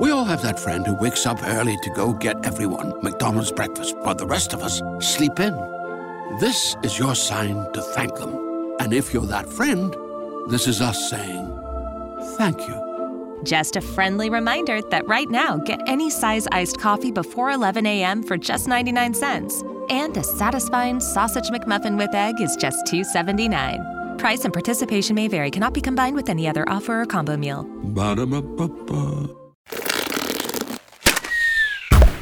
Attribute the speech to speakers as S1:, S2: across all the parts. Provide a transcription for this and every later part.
S1: We all have that friend who wakes up early to go get everyone McDonald's breakfast, but the rest of us sleep in. This is your sign to thank them. And if you're that friend, this is us saying thank you.
S2: Just a friendly reminder that right now, get any size iced coffee before 11 a.m. for just 99 cents. And a satisfying sausage McMuffin with egg is just $2.79. Price and participation may vary, cannot be combined with any other offer or combo meal.
S1: Ba-da-ba-ba-ba.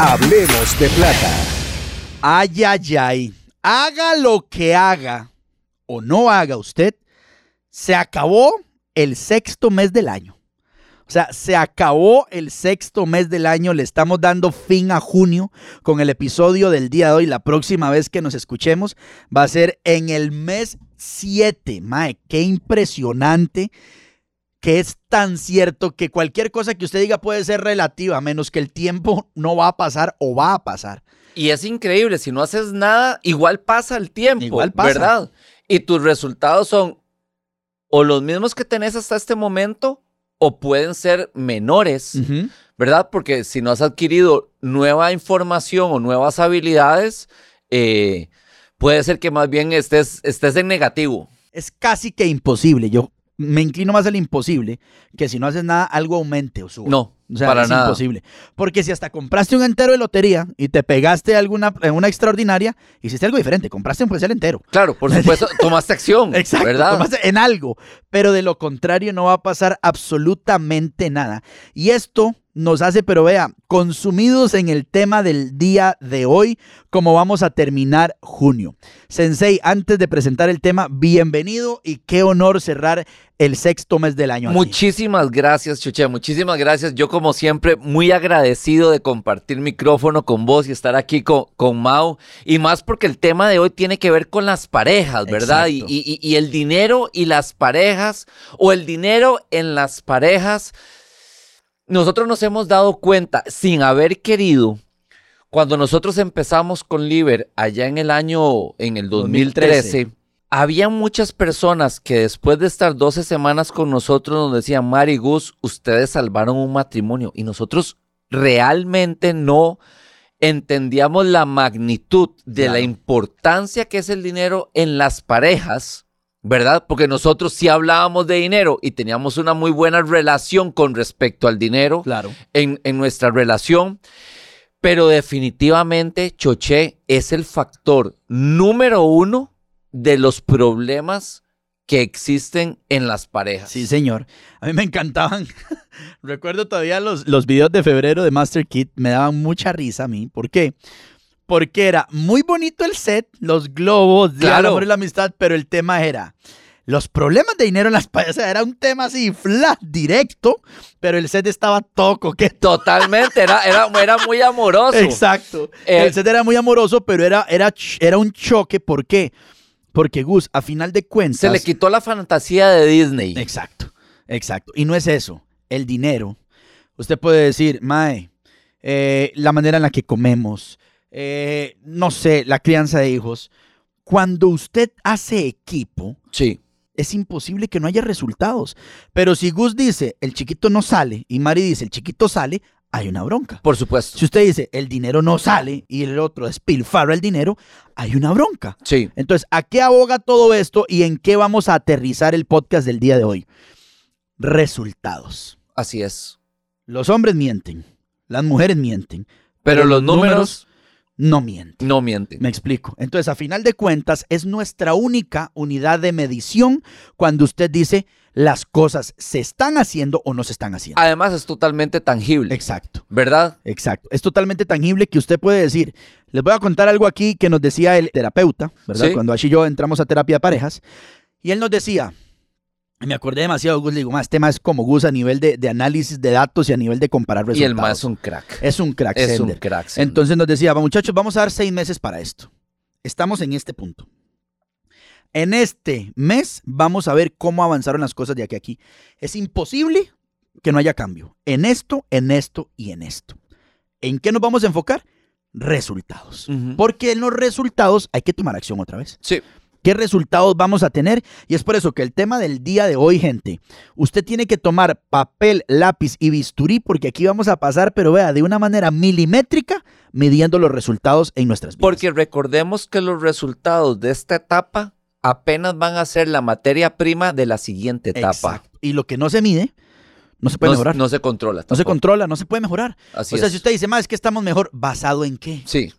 S3: Hablemos de Plata.
S4: Ay, ay, ay. Haga lo que haga o no haga usted, se acabó el sexto mes del año. O sea, se acabó el sexto mes del año. Le estamos dando fin a junio con el episodio del día de hoy. La próxima vez que nos escuchemos va a ser en el mes 7. Mae, qué impresionante que es tan cierto que cualquier cosa que usted diga puede ser relativa, a menos que el tiempo no va a pasar o va a pasar.
S5: Y es increíble, si no haces nada, igual pasa el tiempo,
S4: Igual pasa.
S5: ¿verdad? Y tus resultados son o los mismos que tenés hasta este momento o pueden ser menores,
S4: Ujú.
S5: ¿verdad? Porque si no has adquirido nueva información o nuevas habilidades, eh, puede ser que más bien estés, estés en negativo.
S4: Es casi que imposible. Yo me inclino más al imposible que si no haces nada, algo aumente o suba.
S5: No,
S4: O sea,
S5: para
S4: es
S5: nada.
S4: imposible. Porque si hasta compraste un entero de lotería y te pegaste alguna en una extraordinaria, hiciste algo diferente. Compraste un presel entero.
S5: Claro, por supuesto, tomaste acción,
S4: Exacto,
S5: ¿verdad?
S4: tomaste en algo, pero de lo contrario no va a pasar absolutamente nada. Y esto nos hace, pero vea, consumidos en el tema del día de hoy, como vamos a terminar junio. Sensei, antes de presentar el tema, bienvenido y qué honor cerrar el sexto mes del año. así.
S5: Muchísimas gracias, Chuche. Muchísimas gracias. Yo, como siempre, muy agradecido de compartir micrófono con vos y estar aquí con, con Mau. Y más porque el tema de hoy tiene que ver con las parejas, ¿verdad? Y,
S4: Exacto.
S5: y- y- y el dinero y las parejas, o el dinero en las parejas. Nosotros nos hemos dado cuenta, sin haber querido, cuando nosotros empezamos con Liber allá en el año, en el 2013, había muchas personas que después de estar 12 semanas con nosotros nos decían, Mari Gus, ustedes salvaron un matrimonio y nosotros realmente no entendíamos la magnitud de la
S4: Claro.
S5: importancia que es el dinero en las parejas, ¿verdad? Porque nosotros sí hablábamos de dinero y teníamos una muy buena relación con respecto al dinero
S4: Claro.
S5: en, en nuestra relación. Pero definitivamente, Choché es el factor número uno de los problemas que existen en las parejas.
S4: Sí, señor. A mí me encantaban. Recuerdo todavía los, los videos de febrero de Master Kid. Me daban mucha risa a mí. ¿Por qué? Porque era muy bonito el set, los globos, de
S5: Claro.
S4: amor y la amistad, pero el tema era los problemas de dinero en las parejas. O sea, era un tema así, flat, directo, pero el set estaba todo coqueto.
S5: Totalmente, era, era, era muy amoroso.
S4: Exacto.
S5: Eh,
S4: el set era muy amoroso, pero era, era, ch- era un choque. ¿Por qué? Porque Gus, a final de cuentas.
S5: Se le quitó la fantasía de Disney.
S4: Exacto, exacto. Y no es eso, el dinero. Usted puede decir, Mae, eh, la manera en la que comemos, eh, no sé, la crianza de hijos. Cuando usted hace equipo,
S5: Sí.
S4: es imposible que no haya resultados. Pero si Gus dice, el chiquito no sale, y Mari dice, el chiquito sale, hay una bronca.
S5: Por supuesto.
S4: Si usted dice, el dinero no sale, y el otro despilfarra el dinero, hay una bronca.
S5: Sí.
S4: Entonces, ¿a qué aboga todo esto y en qué vamos a aterrizar el podcast del día de hoy? Resultados.
S5: Así es.
S4: Los hombres mienten, las mujeres mienten,
S5: Pero
S4: Pero
S5: los
S4: los números-
S5: números
S4: no mienten.
S5: no mienten.
S4: Me explico. Entonces, a final de cuentas, es nuestra única unidad de medición cuando usted dice las cosas se están haciendo o no se están haciendo.
S5: Además es totalmente tangible,
S4: Exacto.
S5: ¿verdad?
S4: Exacto. Es totalmente tangible que usted puede decir. Les voy a contar algo aquí que nos decía el terapeuta, ¿verdad?
S5: Sí.
S4: Cuando Ash y yo entramos a terapia de parejas. Y él nos decía, Y me acordé demasiado de Gus. Le digo, más, este más es como Gus a nivel de, de análisis de datos y a nivel de comparar resultados.
S5: Y el más es un crack.
S4: Es un crack.
S5: Es un
S4: sender.
S5: crack. sender.
S4: Entonces nos decía, "Va, muchachos, vamos a dar seis meses para esto. Estamos en este punto. En este mes vamos a ver cómo avanzaron las cosas de aquí a aquí. Es imposible que no haya cambio. En esto, en esto y en esto. ¿En qué nos vamos a enfocar? Resultados.
S5: Ujú.
S4: Porque en los resultados hay que tomar acción otra vez
S5: Sí.
S4: qué resultados vamos a tener. Y es por eso que el tema del día de hoy, gente, usted tiene que tomar papel, lápiz y bisturí porque aquí vamos a pasar, pero vea, de una manera milimétrica, midiendo los resultados en nuestras vidas.
S5: Porque recordemos que los resultados de esta etapa apenas van a ser la materia prima de la siguiente etapa.
S4: Exacto. Y lo que no se mide, no se puede
S5: No,
S4: mejorar. No,
S5: no se controla.
S4: se
S5: tampoco.
S4: controla, no se puede mejorar.
S5: Así
S4: o sea,
S5: es.
S4: si usted dice, más, es que estamos mejor, ¿basado en qué?
S5: Sí,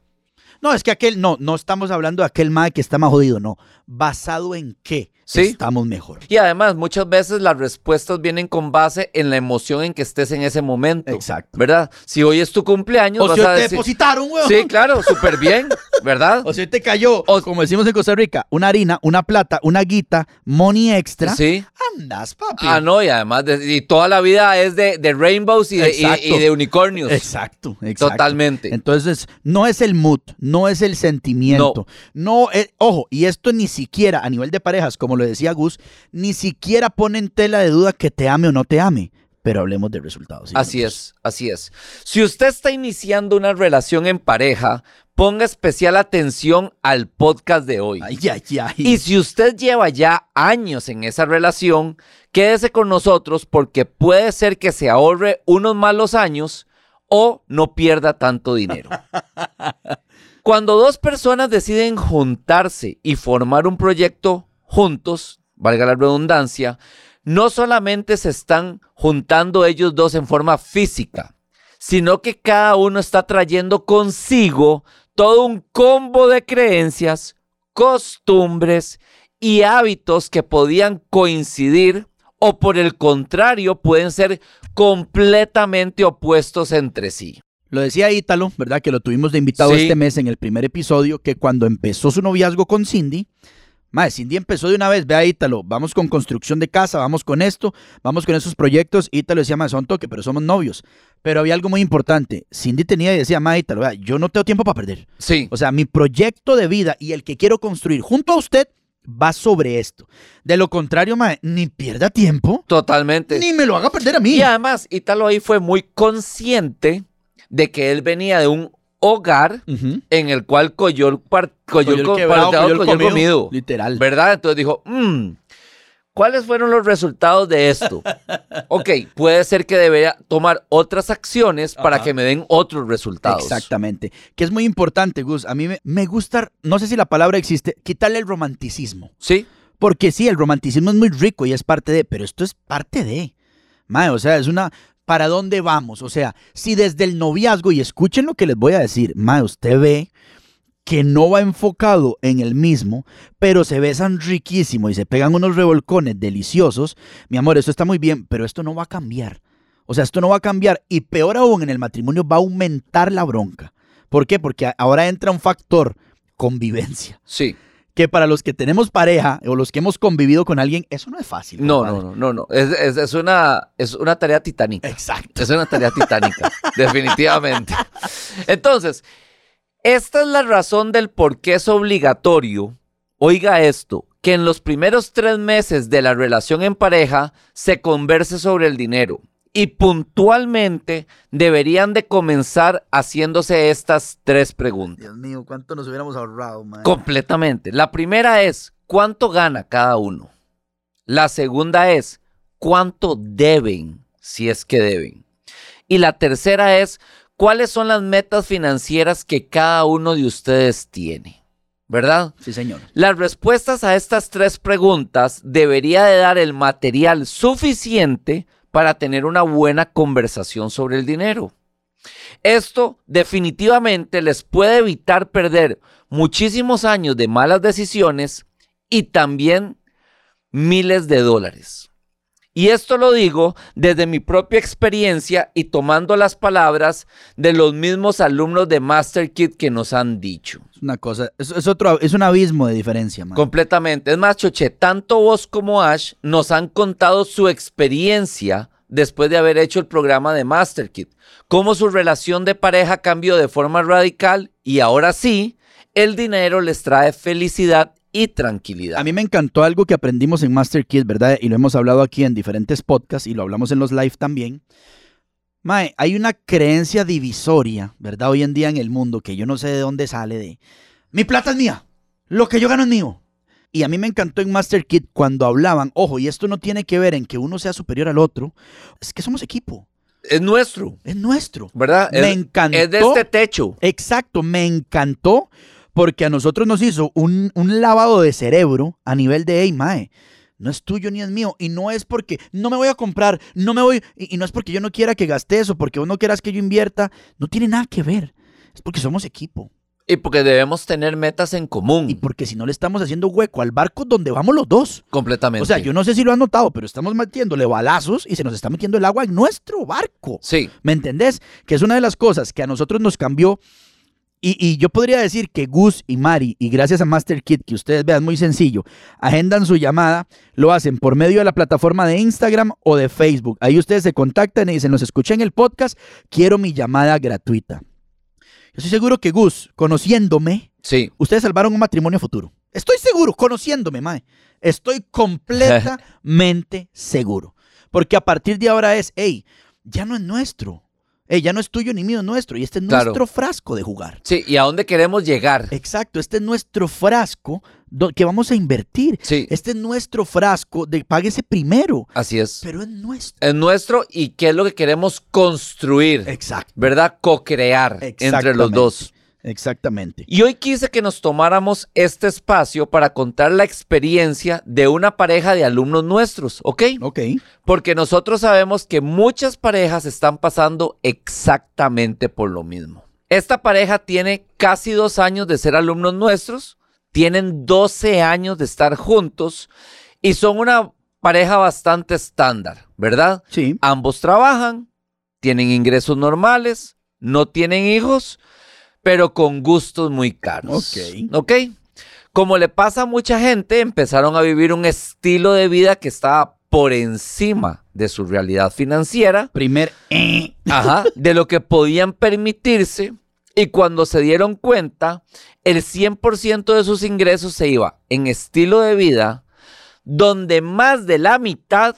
S4: No, es que aquel, no, no estamos hablando de aquel mae que está más jodido, no. ¿Basado en qué
S5: Sí.
S4: estamos mejor?
S5: Y además, muchas veces las respuestas vienen con base en la emoción en que estés en ese momento.
S4: Exacto.
S5: ¿Verdad? Si hoy es tu cumpleaños,
S4: O
S5: vas
S4: si
S5: a
S4: te
S5: decir.
S4: depositaron, weón.
S5: Sí, claro, súper bien, ¿verdad?
S4: O si te cayó,
S5: O-
S4: como decimos en Costa Rica, una harina, una plata, una guita, money extra.
S5: Sí.
S4: Andas, papi.
S5: Ah, no, y además, de- y toda la vida es de, de rainbows y de, y-
S4: Exacto.
S5: y de unicornios.
S4: Exacto, exacto.
S5: Totalmente.
S4: Entonces, no es el mood, no es el sentimiento. No, es- ojo, y esto ni siquiera a nivel de parejas, como lo decía Gus, ni siquiera pone en tela de duda que te ame o no te ame. Pero hablemos de resultados. ¿sí?
S5: Así es, así es. Si usted está iniciando una relación en pareja, ponga especial atención al podcast de hoy.
S4: Ay, ay, ay.
S5: Y si usted lleva ya años en esa relación, quédese con nosotros porque puede ser que se ahorre unos malos años o no pierda tanto dinero. Cuando dos personas deciden juntarse y formar un proyecto juntos, valga la redundancia, no solamente se están juntando ellos dos en forma física, sino que cada uno está trayendo consigo todo un combo de creencias, costumbres y hábitos que podían coincidir o por el contrario pueden ser completamente opuestos entre sí.
S4: Lo decía Ítalo, ¿verdad? Que lo tuvimos de invitado
S5: Sí.
S4: este mes en el primer episodio, que cuando empezó su noviazgo con Cindy, madre, Cindy empezó de una vez, vea Ítalo, vamos con construcción de casa, vamos con esto, vamos con esos proyectos. Ítalo decía, madre, son toque, pero somos novios. Pero había algo muy importante. Cindy tenía y decía, madre, Ítalo, vea, yo no tengo tiempo para perder.
S5: Sí.
S4: O sea, mi proyecto de vida y el que quiero construir junto a usted va sobre esto. De lo contrario, madre, ni pierda tiempo,
S5: Totalmente.
S4: ni me lo haga perder a mí.
S5: Y además, Italo ahí fue muy consciente de que él venía de un hogar
S4: Ujú.
S5: en el cual coyol, par- coyol,
S4: Coyol
S5: Pues co-
S4: quebrado,
S5: partado,
S4: coyol
S5: coyol
S4: comido,
S5: comido.
S4: Literal.
S5: ¿Verdad? Entonces dijo, "Mm, ¿cuáles fueron los resultados de esto? ok, puede ser que debería tomar otras acciones para
S4: Ajá.
S5: que me den otros resultados.
S4: Exactamente. Que es muy importante, Gus. A mí me, me gusta, no sé si la palabra existe, quitarle el romanticismo.
S5: Sí,
S4: Porque sí, el romanticismo es muy rico y es parte de, pero esto es parte de. Mae, o sea, es una. ¿Para dónde vamos? O sea, si desde el noviazgo, y escuchen lo que les voy a decir, mae, usted ve que no va enfocado en el mismo, pero se besan riquísimo y se pegan unos revolcones deliciosos. Mi amor, esto está muy bien, pero esto no va a cambiar. O sea, esto no va a cambiar. Y peor aún, en el matrimonio va a aumentar la bronca. ¿Por qué? Porque a- ahora entra un factor convivencia
S5: sí.
S4: que para los que tenemos pareja o los que hemos convivido con alguien, eso no es fácil.
S5: No,
S4: compadre.
S5: no, no, no, no. Es, es- es una, es una tarea titánica.
S4: Exacto.
S5: Es una tarea titánica, definitivamente. Entonces, esta es la razón del por qué es obligatorio, oiga esto, que en los primeros tres meses de la relación en pareja se converse sobre el dinero. Y puntualmente deberían de comenzar haciéndose estas tres preguntas.
S4: Dios mío, ¿cuánto nos hubiéramos ahorrado, man?
S5: Completamente. La primera es, ¿cuánto gana cada uno? La segunda es, ¿cuánto deben, si es que deben? Y la tercera es, ¿cuáles son las metas financieras que cada uno de ustedes tiene? ¿Verdad?
S4: Sí, señor.
S5: Las respuestas a estas tres preguntas debería de dar el material suficiente para tener una buena conversación sobre el dinero. Esto definitivamente les puede evitar perder muchísimos años de malas decisiones y también miles de dólares. Y esto lo digo desde mi propia experiencia y tomando las palabras de los mismos alumnos de MasterKid que nos han dicho.
S4: Es una cosa, es, es otro, es un abismo de diferencia, man.
S5: Completamente. Es más, Choche, tanto vos como Ash nos han contado su experiencia después de haber hecho el programa de MasterKid, cómo su relación de pareja cambió de forma radical y ahora sí, el dinero les trae felicidad y tranquilidad.
S4: A mí me encantó algo que aprendimos en Master Kids, ¿verdad? Y lo hemos hablado aquí en diferentes podcasts y lo hablamos en los live también. Mae, hay una creencia divisoria, ¿verdad? Hoy en día en el mundo que yo no sé de dónde sale de mi plata es mía, lo que yo gano es mío. Y a mí me encantó en Master Kid cuando hablaban, ojo, y esto no tiene que ver en que uno sea superior al otro, es que somos equipo,
S5: es nuestro,
S4: es nuestro.
S5: ¿verdad?
S4: Me
S5: es,
S4: encantó.
S5: Es de este techo.
S4: Exacto, me encantó porque a nosotros nos hizo un, un lavado de cerebro a nivel de, hey, mae, no es tuyo ni es mío. Y no es porque no me voy a comprar, no me voy, y, y no es porque yo no quiera que gastes o porque vos no quieras que yo invierta. No tiene nada que ver. Es porque somos equipo.
S5: Y porque debemos tener metas en común.
S4: Y porque si no le estamos haciendo hueco al barco donde vamos los dos.
S5: completamente.
S4: O sea, yo no sé si lo han notado, pero estamos metiéndole balazos y se nos está metiendo el agua en nuestro barco.
S5: Sí.
S4: ¿Me entendés? Que es una de las cosas que a nosotros nos cambió. Y, y yo podría decir que Gus y Mari, y gracias a Master Kit, que ustedes vean muy sencillo, agendan su llamada, lo hacen por medio de la plataforma de Instagram o de Facebook. Ahí ustedes se contactan y dicen, los escuché en el podcast, quiero mi llamada gratuita. Yo estoy seguro que Gus, conociéndome,
S5: Sí.
S4: ustedes salvaron un matrimonio futuro. Estoy seguro, conociéndome, Mae. Estoy completamente seguro. Porque a partir de ahora es, hey, ya no es nuestro. Ey, ya no es tuyo ni mío, es nuestro. Y este es
S5: Claro.
S4: nuestro frasco de jugar.
S5: Sí, ¿y a dónde queremos llegar?
S4: Exacto, este es nuestro frasco do- que vamos a invertir.
S5: Sí,
S4: Este es nuestro frasco de páguese primero,
S5: así es.
S4: pero es nuestro.
S5: Es nuestro y qué es lo que queremos construir,
S4: Exacto,
S5: ¿verdad? Co-crear entre los
S4: Exactamente.
S5: dos.
S4: exactamente.
S5: Y hoy quise que nos tomáramos este espacio para contar la experiencia de una pareja de alumnos nuestros, ¿ok?
S4: Ok,
S5: Porque nosotros sabemos que muchas parejas están pasando exactamente por lo mismo. Esta pareja tiene casi dos años de ser alumnos nuestros, tienen 12 años de estar juntos y son una pareja bastante estándar, ¿verdad?
S4: sí.
S5: Ambos trabajan, tienen ingresos normales, no tienen hijos, pero con gustos muy caros.
S4: Ok.
S5: Ok. Como le pasa a mucha gente, empezaron a vivir un estilo de vida que estaba por encima de su realidad financiera,
S4: Primer, eh,
S5: ajá, de lo que podían permitirse. Y cuando se dieron cuenta, el 100% de sus ingresos se iba en estilo de vida, donde más de la mitad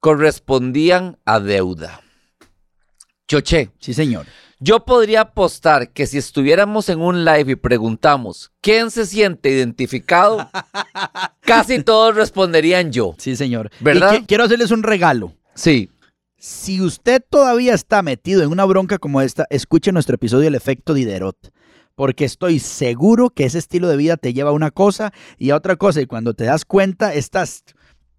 S5: correspondían a deuda. Choche,
S4: sí señor.
S5: yo podría apostar que si estuviéramos en un live y preguntamos quién se siente identificado, casi todos responderían yo.
S4: Sí señor. Y
S5: ¿Verdad?
S4: qui- quiero hacerles un regalo.
S5: Sí,
S4: Si usted todavía está metido en una bronca como esta, escuche nuestro episodio El efecto Diderot. Porque estoy seguro que ese estilo de vida te lleva a una cosa y a otra cosa. Y cuando te das cuenta, estás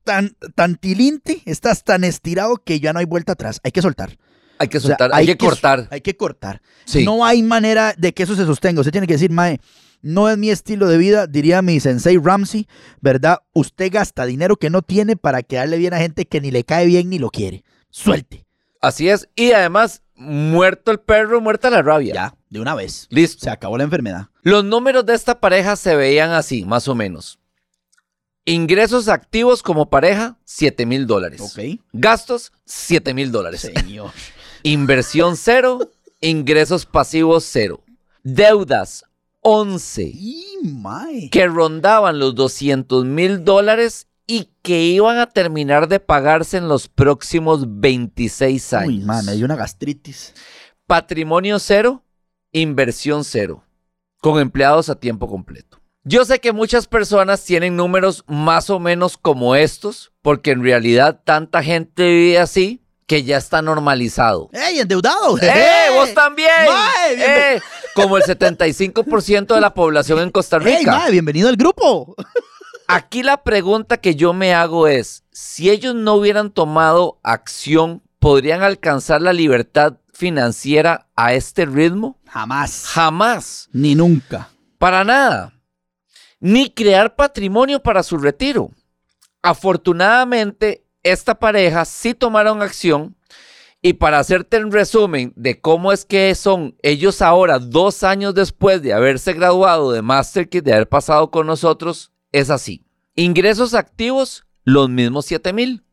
S4: tan, tan tilinte, estás tan estirado que ya no hay vuelta atrás. Hay que soltar.
S5: hay que
S4: O sea,
S5: soltar, hay, que, cortar.
S4: Hay que cortar.
S5: Sí.
S4: No hay manera de que eso se sostenga. Usted tiene que decir, Mae, no es mi estilo de vida, diría mi sensei Ramsey, ¿verdad? Usted gasta dinero que no tiene para quedarle bien a gente que ni le cae bien ni lo quiere. Suelte.
S5: Así es. Y además, muerto el perro, muerta la rabia.
S4: Ya, de una vez.
S5: Listo.
S4: Se acabó la enfermedad.
S5: Los números de esta pareja se veían así, más o menos. Ingresos activos como pareja, 7 mil dólares. Gastos, 7 mil dólares.
S4: Señor.
S5: Inversión cero, ingresos pasivos cero. Deudas, 11,
S4: Y mae.
S5: que rondaban los 200 mil dólares y que iban a terminar de pagarse en los próximos 26 años.
S4: Uy, mae, me dio una gastritis.
S5: Patrimonio cero, inversión cero, con empleados a tiempo completo. Yo sé que muchas personas tienen números más o menos como estos, porque en realidad tanta gente vive así que ya está normalizado.
S4: ¡Ey, endeudado!
S5: ¡Eh, vos también!
S4: Mae, bienven-
S5: ¡Eh! Como el 75% de la población en Costa
S4: ¡Ey,
S5: Rica.
S4: mae, bienvenido al grupo!
S5: Aquí la pregunta que yo me hago es, si ellos no hubieran tomado acción, ¿podrían alcanzar la libertad financiera a este ritmo?
S4: Jamás.
S5: Jamás,
S4: Ni nunca.
S5: para nada. Ni crear patrimonio para su retiro. Afortunadamente, esta pareja sí tomaron acción. Y para hacerte un resumen de cómo es que son ellos ahora, dos años después de haberse graduado de MasterKit, de haber pasado con nosotros, es así. Ingresos activos, los mismos 7 mil.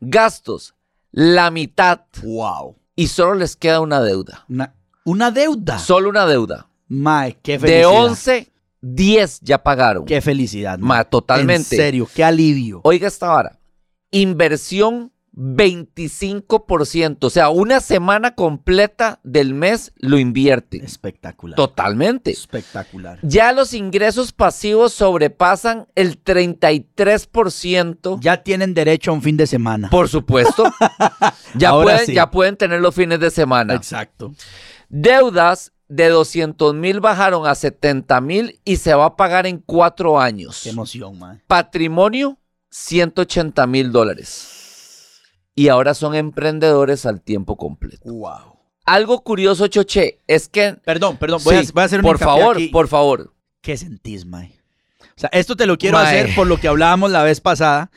S5: Gastos, la mitad.
S4: Wow.
S5: Y solo les queda una deuda.
S4: Una, una deuda.
S5: Solo una deuda.
S4: Mae, qué felicidad.
S5: De 11, 10 ya pagaron.
S4: Qué felicidad. mae.
S5: Ma, totalmente.
S4: En serio, qué alivio.
S5: Oiga esta vara. Inversión 25%. O sea, una semana completa del mes lo invierte.
S4: Espectacular.
S5: Totalmente.
S4: Espectacular.
S5: Ya los ingresos pasivos sobrepasan el 33%.
S4: Ya tienen derecho a un fin de semana.
S5: Por supuesto. ya,
S4: Ahora
S5: pueden,
S4: sí.
S5: ya pueden tener los fines de semana.
S4: Exacto.
S5: Deudas de 200 mil bajaron a 70 mil y se va a pagar en cuatro años.
S4: Qué emoción, mae.
S5: Patrimonio, 180 mil dólares. Y ahora son emprendedores al tiempo completo.
S4: Wow.
S5: Algo curioso, Choche, es que...
S4: Perdón, perdón. Voy,
S5: Sí,
S4: a, voy a hacer un
S5: Por
S4: hincapié
S5: favor,
S4: aquí.
S5: por favor.
S4: ¿Qué sentís, Mae? O sea, esto te lo quiero
S5: Mae.
S4: hacer por lo que hablábamos la vez pasada,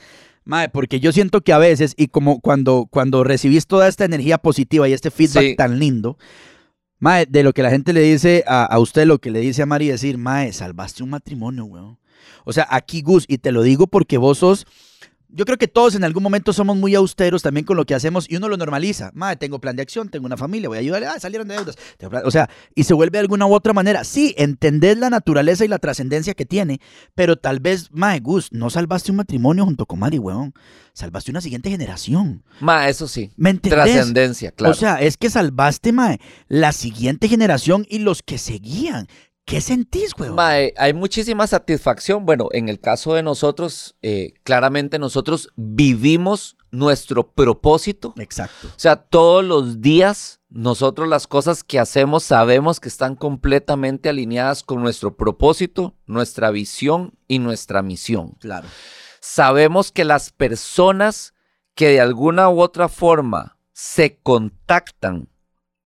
S4: Mae, porque yo siento que a veces, y como cuando, cuando recibís toda esta energía positiva y este feedback
S5: Sí.
S4: tan lindo, Mae, de lo que la gente le dice a, a usted, lo que le dice a Mari, decir, Mae, salvaste un matrimonio, weón. O sea, aquí Gus, y te lo digo porque vos sos. Yo creo que todos en algún momento somos muy austeros también con lo que hacemos y uno lo normaliza. Mae, tengo plan de acción, tengo una familia, voy a ayudarle, ah, salieron de deudas. Tengo plan- O sea, y se vuelve de alguna u otra manera. Sí, entendés la naturaleza y la trascendencia que tiene, pero tal vez, Mae, Gus, no salvaste un matrimonio junto con Mari, weón. Salvaste una siguiente generación.
S5: Ma, eso sí.
S4: ¿Me entendés?
S5: Trascendencia, claro.
S4: O sea, es que salvaste, Mae, la siguiente generación y los que seguían. ¿Qué sentís, weón?
S5: Mae, eh, hay muchísima satisfacción. Bueno, en el caso de nosotros, eh, claramente nosotros vivimos nuestro propósito.
S4: Exacto.
S5: O sea, todos los días nosotros las cosas que hacemos sabemos que están completamente alineadas con nuestro propósito, nuestra visión y nuestra misión.
S4: Claro.
S5: Sabemos que las personas que de alguna u otra forma se contactan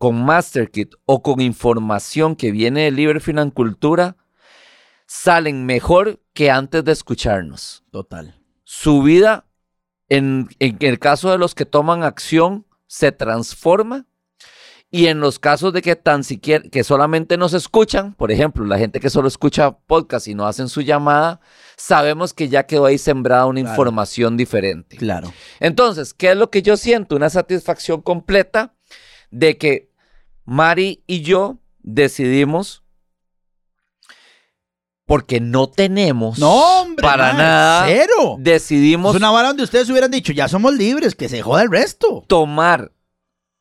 S5: con MasterKit o con información que viene de Libre Financultura, salen mejor que antes de escucharnos.
S4: Total.
S5: Su vida, en, en el caso de los que toman acción, se transforma. Y en los casos de que tan siquiera, que solamente nos escuchan, por ejemplo, la gente que solo escucha podcast y no hacen su llamada, sabemos que ya quedó ahí sembrada una
S4: Claro.
S5: información diferente.
S4: Claro.
S5: Entonces, ¿qué es lo que yo siento? Una satisfacción completa de que Mari y yo decidimos, porque no tenemos
S4: No, hombre.
S5: para
S4: mae,
S5: nada,
S4: Cero.
S5: decidimos
S4: Oh. Es una vara donde ustedes hubieran dicho, ya somos libres, que se joda el resto.
S5: tomar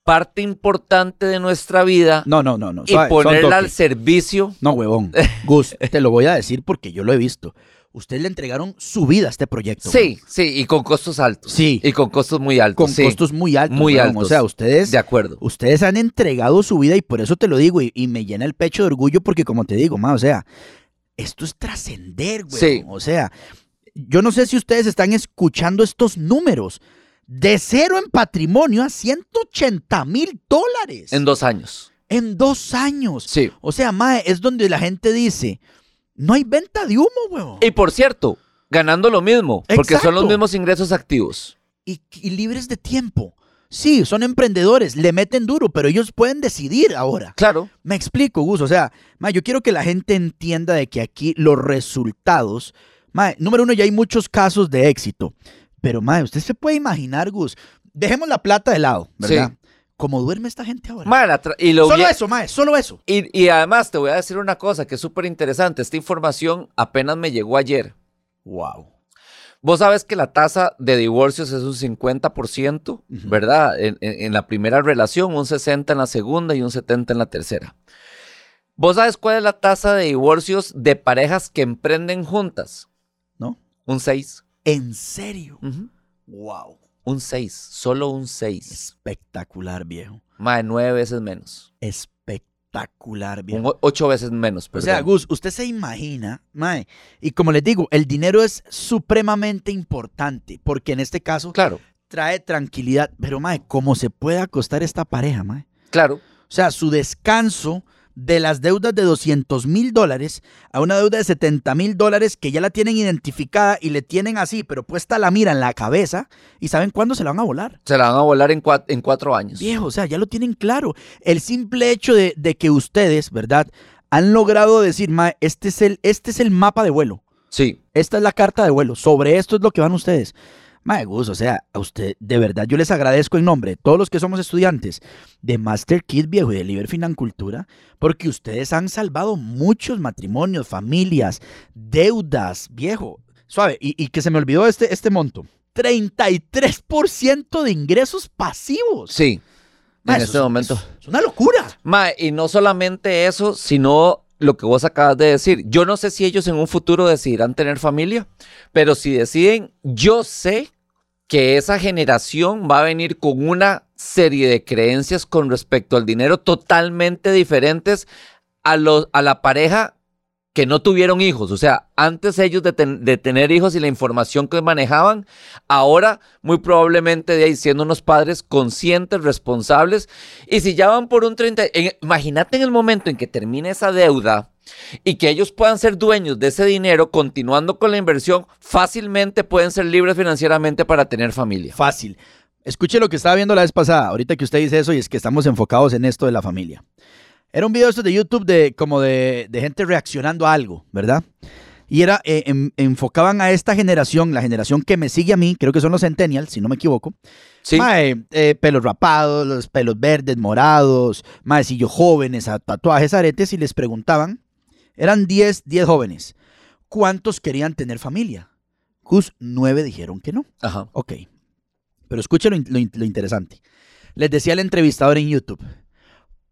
S5: parte importante de nuestra vida
S4: No, no, no, no.
S5: y
S4: suave, son
S5: ponerla al
S4: toques.
S5: servicio.
S4: No, huevón. Gus, te lo voy a decir porque yo lo he visto. Ustedes le entregaron su vida a este proyecto.
S5: Sí, sí, y con costos altos.
S4: Sí.
S5: Y con costos muy altos.
S4: Con
S5: sí,
S4: costos muy altos.
S5: Muy
S4: huevón.
S5: altos.
S4: O sea, ustedes,
S5: De acuerdo.
S4: ustedes han entregado su vida y por eso te lo digo y, y me llena el pecho de orgullo porque como te digo, ma, o sea, esto es trascender, güey.
S5: Sí.
S4: O sea, yo no sé si ustedes están escuchando estos números. De cero en patrimonio a 180 mil dólares.
S5: En dos años.
S4: En dos años.
S5: Sí.
S4: O sea, mae, es donde la gente dice, no hay venta de humo, huevón.
S5: Y por cierto, ganando lo mismo, porque son los
S4: Exacto.
S5: mismos ingresos activos.
S4: Y, y libres de tiempo. Sí, son emprendedores, le meten duro, pero ellos pueden decidir ahora.
S5: Claro.
S4: Me explico, Gus. O sea, mae, yo quiero que la gente entienda de que aquí los resultados... Mae, número uno, ya hay muchos casos de éxito. Pero, mae, usted se puede imaginar, Gus. Dejemos la plata de lado, ¿verdad? ¿Cómo duerme esta gente ahora?
S5: Ma, la tra- y, lo
S4: solo
S5: vie-
S4: eso, mae, solo eso.
S5: y, y además te voy a decir una cosa que es súper interesante. Esta información apenas me llegó ayer.
S4: Wow.
S5: Vos sabes que la tasa de divorcios es un 50%,
S4: Ujú.
S5: ¿verdad? En, en- en la primera relación, un 60% en la segunda y un 70% en la tercera. ¿Vos sabes cuál es la tasa de divorcios de parejas que emprenden juntas?
S4: ¿No?
S5: Un 6.
S4: En serio.
S5: Ujú.
S4: Wow.
S5: Un 6, solo un 6.
S4: Espectacular, viejo.
S5: Más de 9 veces menos.
S4: Espectacular, viejo.
S5: Un 8 veces menos,
S4: O
S5: perdón.
S4: sea, Gus, usted se imagina, mae, y como les digo, el dinero es supremamente importante, porque en este caso
S5: claro,
S4: trae tranquilidad, pero mae, ¿cómo se puede acostar esta pareja, mae?
S5: claro.
S4: O sea, su descanso de las deudas de 200 mil dólares a una deuda de 70 mil dólares que ya la tienen identificada y le tienen así, pero puesta la mira en la cabeza y saben cuándo se la van a volar.
S5: Se la van a volar en 4 en cuatro años.
S4: Viejo, o sea, ya lo tienen claro. El simple hecho de, de que ustedes, ¿verdad? Han logrado decir, mae, este es el, este es el mapa de vuelo.
S5: Sí,
S4: Esta es la carta de vuelo. Sobre esto es lo que van ustedes. Mae Gus, o sea, a usted, de verdad, yo les agradezco en nombre de todos los que somos estudiantes de Master Kid Viejo y de Liber Financultura, porque ustedes han salvado muchos matrimonios, familias, deudas, viejo. Suave, y, y que se me olvidó este, este monto. 33% de ingresos pasivos.
S5: sí.
S4: Mae,
S5: en
S4: eso
S5: este
S4: es-
S5: momento.
S4: eso Es, una locura.
S5: Mae, y no solamente eso, sino lo que vos acabas de decir. Yo no sé si ellos en un futuro decidirán tener familia, pero si deciden, yo sé que esa generación va a venir con una serie de creencias con respecto al dinero totalmente diferentes a, los, a la pareja que no tuvieron hijos. O sea, antes ellos de, ten- de tener hijos y la información que manejaban, ahora muy probablemente de ahí siendo unos padres conscientes, responsables. Y si ya van por un 30, en- imagínate en el momento en que termine esa deuda y que ellos puedan ser dueños de ese dinero, continuando con la inversión, fácilmente pueden ser libres financieramente para tener familia.
S4: Fácil. Escuche lo que estaba viendo la vez pasada, ahorita que usted dice eso, y es que estamos enfocados en esto de la familia. Era un video esto de YouTube de como de, de gente reaccionando a algo, ¿verdad? Y era, eh, en- enfocaban a esta generación, la generación que me sigue a mí, creo que son los centennials, si no me equivoco.
S5: Sí,
S4: Mae, eh, pelos rapados, los pelos verdes, morados, maecillos jóvenes, a- tatuajes, aretes, y les preguntaban, eran 10, 10 jóvenes, ¿cuántos querían tener familia? Gus, 9 dijeron que no.
S5: ajá.
S4: Ok. Pero escuchen lo, in- lo in- lo interesante. Les decía el entrevistador en YouTube,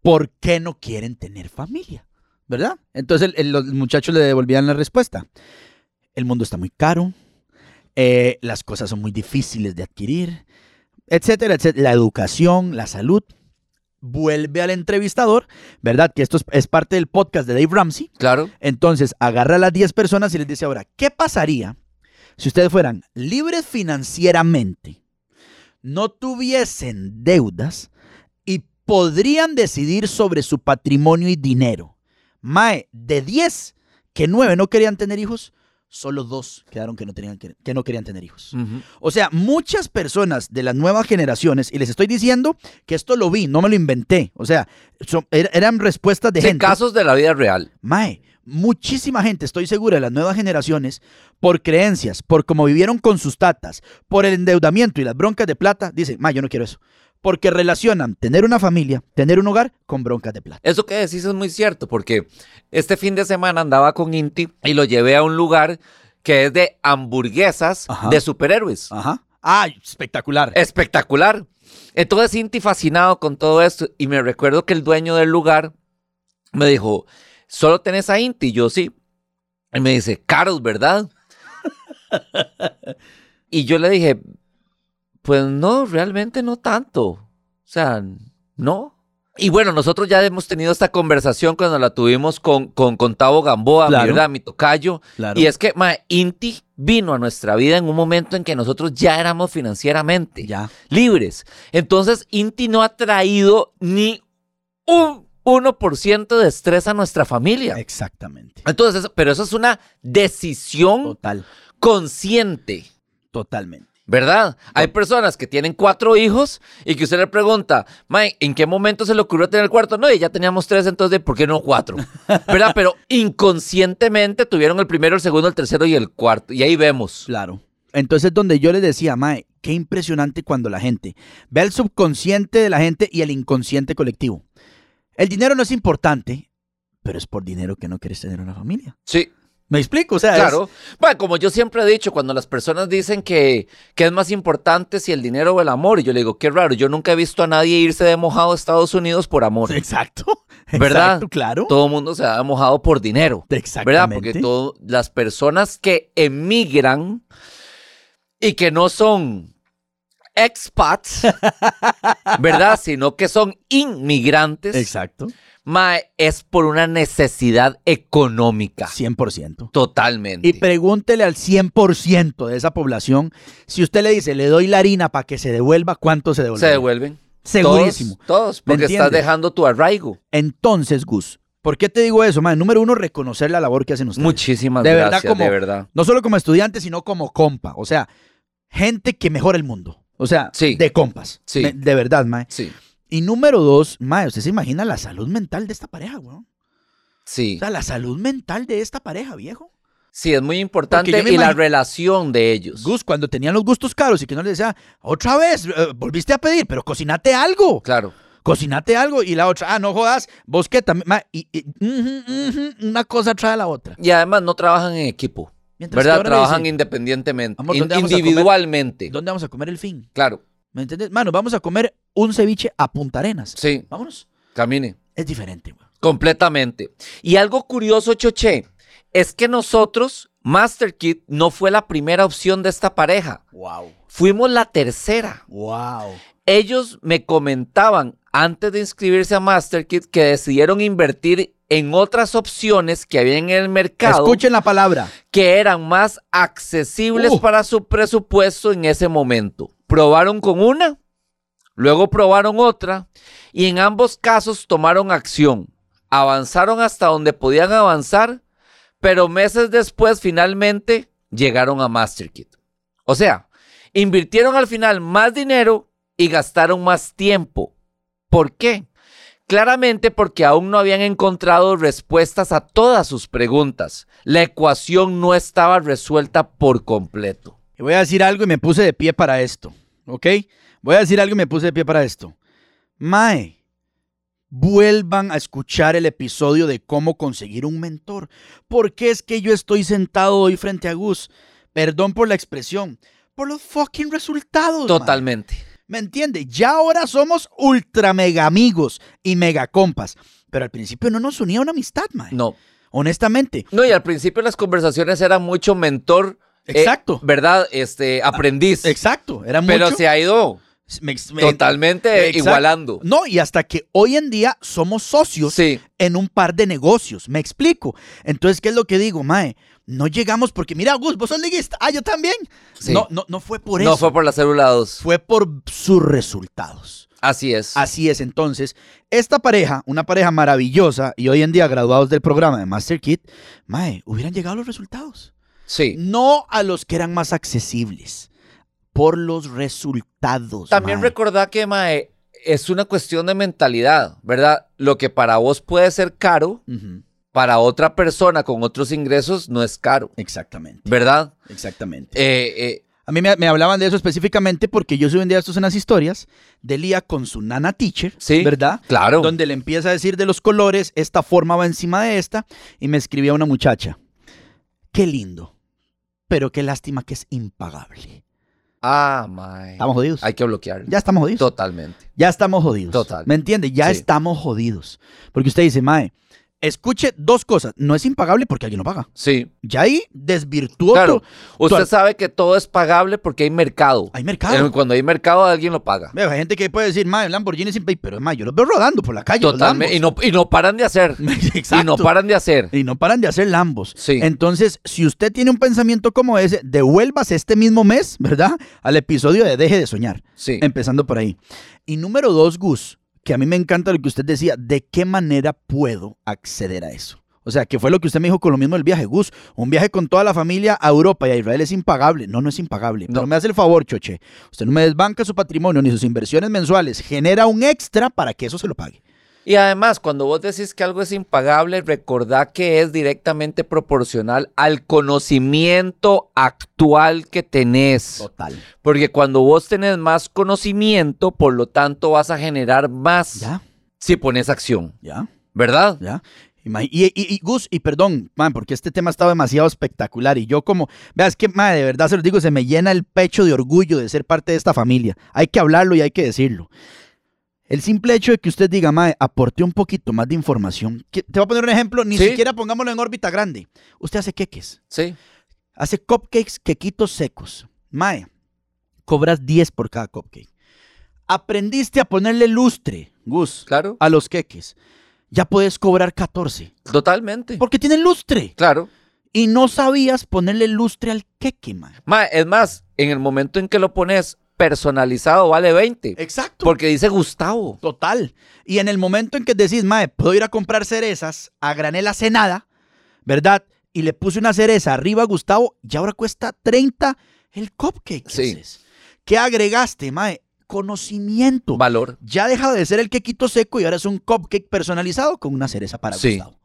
S4: ¿por qué no quieren tener familia? ¿Verdad? Entonces el- el- los muchachos le devolvían la respuesta. El mundo está muy caro, eh, las cosas son muy difíciles de adquirir, etcétera, etcétera. La educación, la salud. Vuelve al entrevistador, ¿verdad? Que esto es, es parte del podcast de Dave Ramsey.
S5: Claro,
S4: Entonces, agarra a las 10 personas y les dice ahora, ¿qué pasaría si ustedes fueran libres financieramente, no tuviesen deudas y podrían decidir sobre su patrimonio y dinero? Mae, de 10 que 9 no querían tener hijos, solo 2 quedaron que no, tenían que, que no querían tener hijos.
S5: Ujú.
S4: O sea, muchas personas de las nuevas generaciones, y les estoy diciendo que esto lo vi, no me lo inventé. O sea, son- er- eran respuestas de
S5: Sí,
S4: gente.
S5: casos de la vida real.
S4: Mae, muchísima gente, estoy segura, de las nuevas generaciones, por creencias, por cómo vivieron con sus tatas, por el endeudamiento y las broncas de plata, dicen, Mae, yo no quiero eso. Porque relacionan tener una familia, tener un hogar con broncas de plata.
S5: Eso que decís es muy cierto, porque este fin de semana andaba con Inti y lo llevé a un lugar que es de hamburguesas
S4: Ajá.
S5: de superhéroes.
S4: Ajá. Ah, espectacular.
S5: Espectacular. Entonces Inti fascinado con todo esto y me recuerdo que el dueño del lugar me dijo, solo tenés a Inti, Y yo sí. Y me dice, caros, ¿verdad? y yo le dije, pues no, realmente no tanto. O sea, no. Y bueno, nosotros ya hemos tenido esta conversación cuando la tuvimos con, con, con Tavo Gamboa,
S4: Claro.
S5: mi, ¿verdad? mi tocayo.
S4: Claro.
S5: Y es que mae, Inti vino a nuestra vida en un momento en que nosotros ya éramos financieramente
S4: ya.
S5: libres. Entonces, Inti no ha traído ni un 1% de estrés a nuestra familia.
S4: Exactamente.
S5: Entonces, eso- pero eso es una decisión
S4: Total,
S5: consciente.
S4: totalmente.
S5: ¿Verdad? Hay personas que tienen cuatro hijos y que usted le pregunta, Mae, ¿en qué momento se le ocurrió tener el cuarto? No, y ya teníamos tres, entonces, ¿por qué no cuatro? ¿Verdad? Pero inconscientemente tuvieron el primero, el segundo, el tercero y el cuarto. Y ahí vemos.
S4: Claro. Entonces, donde yo les decía, Mae, qué impresionante cuando la gente ve el subconsciente de la gente y el inconsciente colectivo. El dinero no es importante, pero es por dinero que no quieres tener una familia.
S5: Sí,
S4: ¿Me explico? O sea, es-
S5: Claro. Bueno, como yo siempre he dicho, cuando las personas dicen que, que es más importante si el dinero o el amor, y yo le digo, qué raro, yo nunca he visto a nadie irse de mojado a Estados Unidos por amor.
S4: Exacto.
S5: ¿Verdad?
S4: Exacto, claro.
S5: Todo el mundo se ha mojado por dinero. ¿Verdad?
S4: Exactamente.
S5: Porque todas las personas que emigran y que no son expats, ¿verdad? Sino que son inmigrantes.
S4: Exacto.
S5: Mae, es por una necesidad económica.
S4: 100%.
S5: Totalmente.
S4: Ah. Y pregúntele al 100% de esa población, si usted le dice, le doy la harina para que se devuelva, ¿cuánto se devuelve?
S5: Se devuelven.
S4: Segurísimo.
S5: Todos, todos,
S4: ¿Me
S5: porque estás
S4: entiendes?
S5: dejando tu arraigo.
S4: Entonces, Gus, ¿por qué te digo eso? Man? Número uno, reconocer la labor que hacen ustedes.
S5: Muchísimas
S4: De verdad,
S5: gracias,
S4: como-
S5: de verdad.
S4: No solo como estudiante, sino como compa. O sea, gente que mejora el mundo. O sea,
S5: Sí.
S4: de compas.
S5: Sí.
S4: Me- De verdad, mae.
S5: Sí,
S4: Y número dos, mae, ¿usted se imagina la salud mental de esta pareja, weón?
S5: sí.
S4: O sea, la salud mental de esta pareja, viejo.
S5: Sí, es muy importante.
S4: yo me
S5: Y la
S4: imagino-
S5: relación de ellos.
S4: Gus, cuando tenían los gustos caros y que no le decía, otra vez, eh, volviste a pedir, pero cocinate algo.
S5: Claro.
S4: Cocinate algo. Y la otra, ah, no jodas, vos que también. mae, y, y- ujú, ujú, una cosa trae la otra.
S5: Y además no trabajan en equipo.
S4: Mientras que
S5: ¿Verdad?
S4: ahora le
S5: Trabajan
S4: dice,
S5: independientemente.
S4: Amor,
S5: in-
S4: ¿dónde vamos a comer?
S5: individualmente.
S4: ¿Dónde vamos a comer el fin?
S5: Claro.
S4: ¿Me entiendes? Mano, vamos a comer un ceviche a Punta Arenas.
S5: Sí,
S4: Vámonos.
S5: camine.
S4: Es diferente, güey.
S5: Completamente. Y algo curioso, Choche, es que nosotros, Master Kid, no fue la primera opción de esta pareja.
S4: Wow.
S5: Fuimos la tercera.
S4: Wow.
S5: Ellos me comentaban antes de inscribirse a Master Kid que decidieron invertir en otras opciones que había en el mercado
S4: Escuchen la palabra.
S5: que eran más accesibles
S4: Uh.
S5: para su presupuesto en ese momento. Probaron con una, luego probaron otra y en ambos casos tomaron acción. Avanzaron hasta donde podían avanzar, pero meses después finalmente llegaron a MasterKit. O sea, invirtieron al final más dinero y gastaron más tiempo. ¿Por qué? Claramente porque aún no habían encontrado respuestas a todas sus preguntas. La ecuación no estaba resuelta por completo.
S4: Y voy a decir algo y me puse de pie para esto. ¿Ok? Voy a decir algo y me puse de pie para esto. Mae, vuelvan a escuchar el episodio de cómo conseguir un mentor. Porque es que yo estoy sentado hoy frente a Gus? Perdón por la expresión. Por los fucking resultados. mae.
S5: Totalmente.
S4: ¿Me entiende? Ya ahora somos ultra mega amigos y mega compas. Pero al principio no nos unía una amistad, mae.
S5: No.
S4: Honestamente.
S5: No, y al principio las conversaciones eran mucho mentor. eh,
S4: Exacto.
S5: ¿Verdad? Este, aprendiz.
S4: Exacto. Era
S5: Pero
S4: mucho.
S5: se ha ido
S4: me ex- me-
S5: totalmente
S4: Exacto.
S5: igualando.
S4: No, y hasta que hoy en día somos socios
S5: Sí,
S4: en un par de negocios. Me explico. Entonces, ¿qué es lo que digo, mae? No llegamos porque, mira, Gus, vos sos liguista. Ah, yo también.
S5: Sí.
S4: No, no, no fue por
S5: no
S4: eso.
S5: fue por la célula 2.
S4: fue por sus resultados.
S5: Así es.
S4: Así es, entonces, esta pareja, una pareja maravillosa y hoy en día graduados del programa de Master Kid, mae, hubieran llegado a los resultados.
S5: Sí.
S4: No a los que eran más accesibles, por los resultados.
S5: También
S4: Pues, mae.
S5: recordá que, Mae, es una cuestión de mentalidad, ¿verdad? Lo que para vos puede ser caro,
S4: Ujú,
S5: para otra persona con otros ingresos no es caro,
S4: Exactamente,
S5: ¿verdad?
S4: exactamente.
S5: Eh, eh,
S4: a mí me, me hablaban de eso específicamente porque yo subí un día estos en las historias de Lía con su nana teacher,
S5: sí.
S4: ¿verdad?
S5: Claro.
S4: Donde le empieza a decir de los colores, esta forma va encima de esta, y me escribía una muchacha. Qué lindo, pero qué lástima que es impagable.
S5: Ah, Mae.
S4: Estamos jodidos.
S5: Hay que bloquearlo.
S4: Ya estamos jodidos.
S5: Totalmente.
S4: ya estamos jodidos.
S5: Total.
S4: ¿Me entiende? Ya
S5: Sí.
S4: estamos jodidos. Porque usted dice, Mae, escuche dos cosas. No es impagable porque alguien lo paga.
S5: Sí.
S4: Ya ahí desvirtuó.
S5: Claro.
S4: tu-
S5: Usted
S4: Total.
S5: sabe que todo es pagable porque hay mercado.
S4: Hay mercado.
S5: Eh, Cuando hay mercado, alguien lo paga.
S4: Veo, hay gente que puede decir, Mae, Lamborghini sin pay, pero Mae, yo los veo rodando por la calle. los
S5: Totalmente. Y
S4: Lambos.
S5: no, y no paran de hacer.
S4: Exacto.
S5: Y no paran de hacer.
S4: Y no paran de hacer lambos.
S5: Sí.
S4: Entonces, si usted tiene un pensamiento como ese, devuélvase este mismo mes, ¿verdad? Al episodio de Deje de Soñar,
S5: Sí.
S4: empezando por ahí. Y número dos, Gus, que a mí me encanta lo que usted decía, ¿de qué manera puedo acceder a eso? O sea, que fue lo que usted me dijo con lo mismo del viaje, Gus. Un viaje con toda la familia a Europa y a Israel es impagable. No, no es impagable. No
S5: No.
S4: me hace el favor, Choche. Usted no me desbanca su patrimonio ni sus inversiones mensuales. Genera un extra para que eso se lo pague.
S5: Y además, cuando vos decís que algo es impagable, recordá que es directamente proporcional al conocimiento actual que tenés.
S4: Total.
S5: Porque cuando vos tenés más conocimiento, por lo tanto vas a generar más
S4: ¿Ya?
S5: si pones acción,
S4: ¿Ya?
S5: ¿verdad?
S4: ¿Ya? Ima- Y, y- y Gus, y perdón, man, porque este tema estaba demasiado espectacular y yo como, veas que, man, de verdad se los digo, se me llena el pecho de orgullo de ser parte de esta familia. Hay que hablarlo y hay que decirlo. El simple hecho de que usted diga, mae, aporte un poquito más de información. Que- te voy a poner un ejemplo, ni
S5: Sí.
S4: siquiera pongámoslo en órbita grande. Usted hace queques,
S5: Sí,
S4: hace cupcakes, quequitos secos. Mae, cobras 10 por cada cupcake. Aprendiste a ponerle lustre, Gus,
S5: Claro.
S4: a los queques. Ya puedes cobrar 14.
S5: Totalmente.
S4: Porque tienen lustre.
S5: Claro.
S4: Y no sabías ponerle lustre al queque, man.
S5: Ma, es más, en el momento en que lo pones personalizado vale 20.
S4: Exacto.
S5: Porque dice Gustavo.
S4: Total. Y en el momento en que decís, mae, puedo ir a comprar cerezas a granela cenada, ¿verdad? Y le puse una cereza arriba a Gustavo y ahora cuesta 30 el cupcake. que
S5: Sí.
S4: haces. ¿Qué agregaste, mae? Conocimiento.
S5: Valor.
S4: Ya deja de ser el quequito seco y ahora es un cupcake personalizado con una cereza para
S5: Sí.
S4: Gustavo.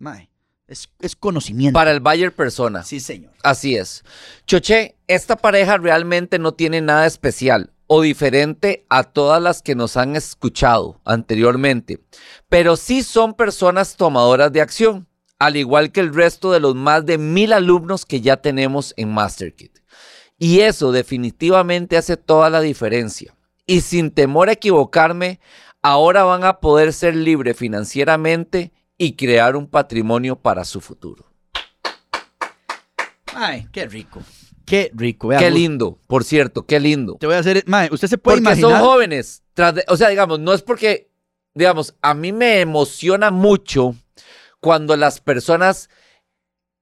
S4: Mae, es, es conocimiento.
S5: Para el buyer persona.
S4: Sí, señor.
S5: Así es. Choche, esta pareja realmente no tiene nada especial o diferente a todas las que nos han escuchado anteriormente, pero sí son personas tomadoras de acción, al igual que el resto de los más de mil alumnos que ya tenemos en MasterKit. Y eso definitivamente hace toda la diferencia. Y sin temor a equivocarme, ahora van a poder ser libres financieramente y crear un patrimonio para su futuro.
S4: Mae, qué rico. Qué rico. vea,
S5: Qué
S4: Gus,
S5: lindo, por cierto, qué lindo.
S4: Te voy a hacer, mae, usted se puede
S5: Porque
S4: imaginar.
S5: son jóvenes. tras de- o sea, digamos, no es porque, digamos, a mí me emociona mucho cuando las personas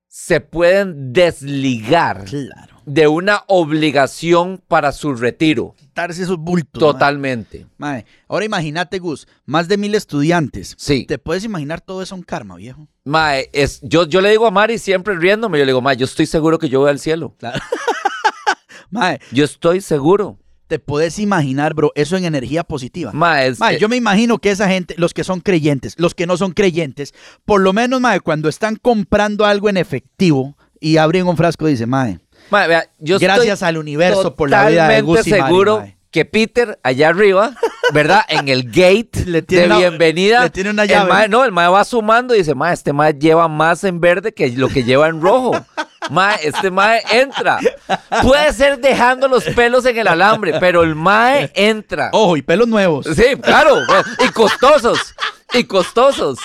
S5: se pueden desligar
S4: Claro.
S5: de una obligación para su retiro.
S4: Quitarse esos bultos. Pues, mae.
S5: Totalmente.
S4: Mae, ahora imagínate, Gus, más de mil estudiantes.
S5: Sí.
S4: ¿Te puedes imaginar todo eso en karma, viejo?
S5: Mae, es, yo, yo le digo a Mari siempre riéndome, yo le digo, Mae, yo estoy seguro que yo voy al cielo.
S4: Mae,
S5: Yo estoy seguro.
S4: te puedes imaginar, bro, eso en energía positiva.
S5: Mae, es-
S4: Mae, yo me imagino que esa gente, los que son creyentes, los que no son creyentes, por lo menos, mae, cuando están comprando algo en efectivo y abren un frasco, dice, mae,
S5: Mae, vea, yo estoy
S4: gracias al universo por la vida de
S5: totalmente
S4: Gus y Mari,
S5: seguro
S4: mae.
S5: que Peter allá arriba, ¿verdad? En el gate
S4: Le tiene
S5: de
S4: una-
S5: bienvenida.
S4: le tiene una
S5: el
S4: llave.
S5: mae- no, el mae va sumando y dice, mae, este mae lleva más en verde que lo que lleva en rojo. Mae, este mae entra. Puede ser dejando los pelos en el alambre, pero el mae entra.
S4: Ojo, y pelos nuevos.
S5: Sí, claro. pues, Y costosos. Y costosos.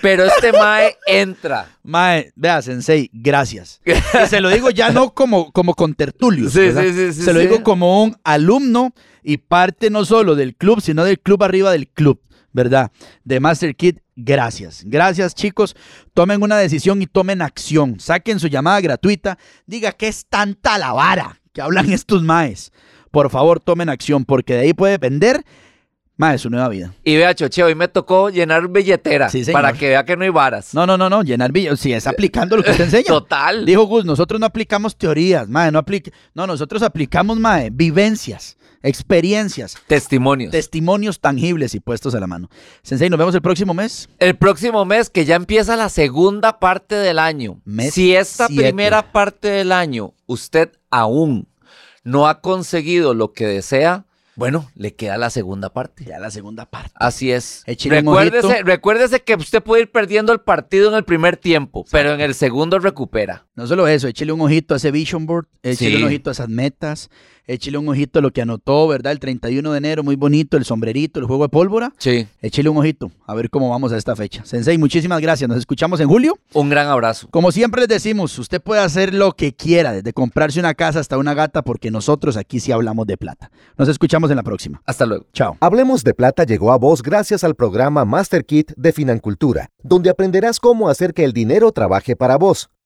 S5: Pero este mae entra.
S4: Mae, vea, Sensei, gracias. Y se lo digo ya no como, como con tertulios.
S5: Sí,
S4: ¿verdad?
S5: sí, sí, sí,
S4: se lo
S5: sí.
S4: digo como un alumno y parte no solo del club, sino del club arriba del club, ¿verdad? De Master Kid, gracias. Gracias, chicos. Tomen una decisión y tomen acción. Saquen su llamada gratuita. Diga que es tanta la vara que hablan estos maes. Por favor, tomen acción, porque de ahí puede depender, mae, su nueva vida.
S5: Y vea, Choche, hoy me tocó llenar billetera
S4: Sí, señor.
S5: para que vea que no hay varas.
S4: No, no, no, no, llenar billos. Si es aplicando lo que usted enseña.
S5: Total.
S4: Dijo Gus, nosotros no aplicamos teorías, mae, no aplica, no, nosotros aplicamos, mae, vivencias, experiencias,
S5: Testimonios.
S4: testimonios tangibles y puestos a la mano. Sensei, nos vemos el próximo mes.
S5: El próximo mes, que ya empieza la segunda parte del año.
S4: Mes
S5: si esta
S4: siete.
S5: primera parte del año usted aún no ha conseguido lo que desea, bueno, le queda la segunda parte.
S4: Ya la segunda parte.
S5: Así es.
S4: Échele un
S5: Recuérdese,
S4: ojito.
S5: recuérdese que usted puede ir perdiendo el partido en el primer tiempo, pero en el segundo recupera.
S4: No solo eso, échele un ojito a ese vision board, échele
S5: Sí.
S4: un ojito a esas metas, échele un ojito a lo que anotó, ¿verdad? El 31 de enero, muy bonito, el sombrerito, el juego de pólvora.
S5: Sí.
S4: Échele un ojito a ver cómo vamos a esta fecha. Sensei, muchísimas gracias. Nos escuchamos en julio.
S5: Un gran abrazo.
S4: Como siempre les decimos, usted puede hacer lo que quiera, desde comprarse una casa hasta una gata, porque nosotros aquí sí hablamos de plata. Nos escuchamos en la próxima.
S5: Hasta luego.
S4: Chao.
S3: Hablemos de Plata llegó a vos gracias al programa Master Kit de Financultura, donde aprenderás cómo hacer que el dinero trabaje para vos.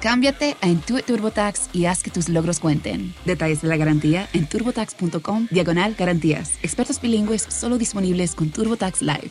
S6: Cámbiate a Intuit TurboTax y haz que tus logros cuenten. Detalles de la garantía en turbotax.com diagonal garantías. Expertos bilingües solo disponibles con TurboTax Live.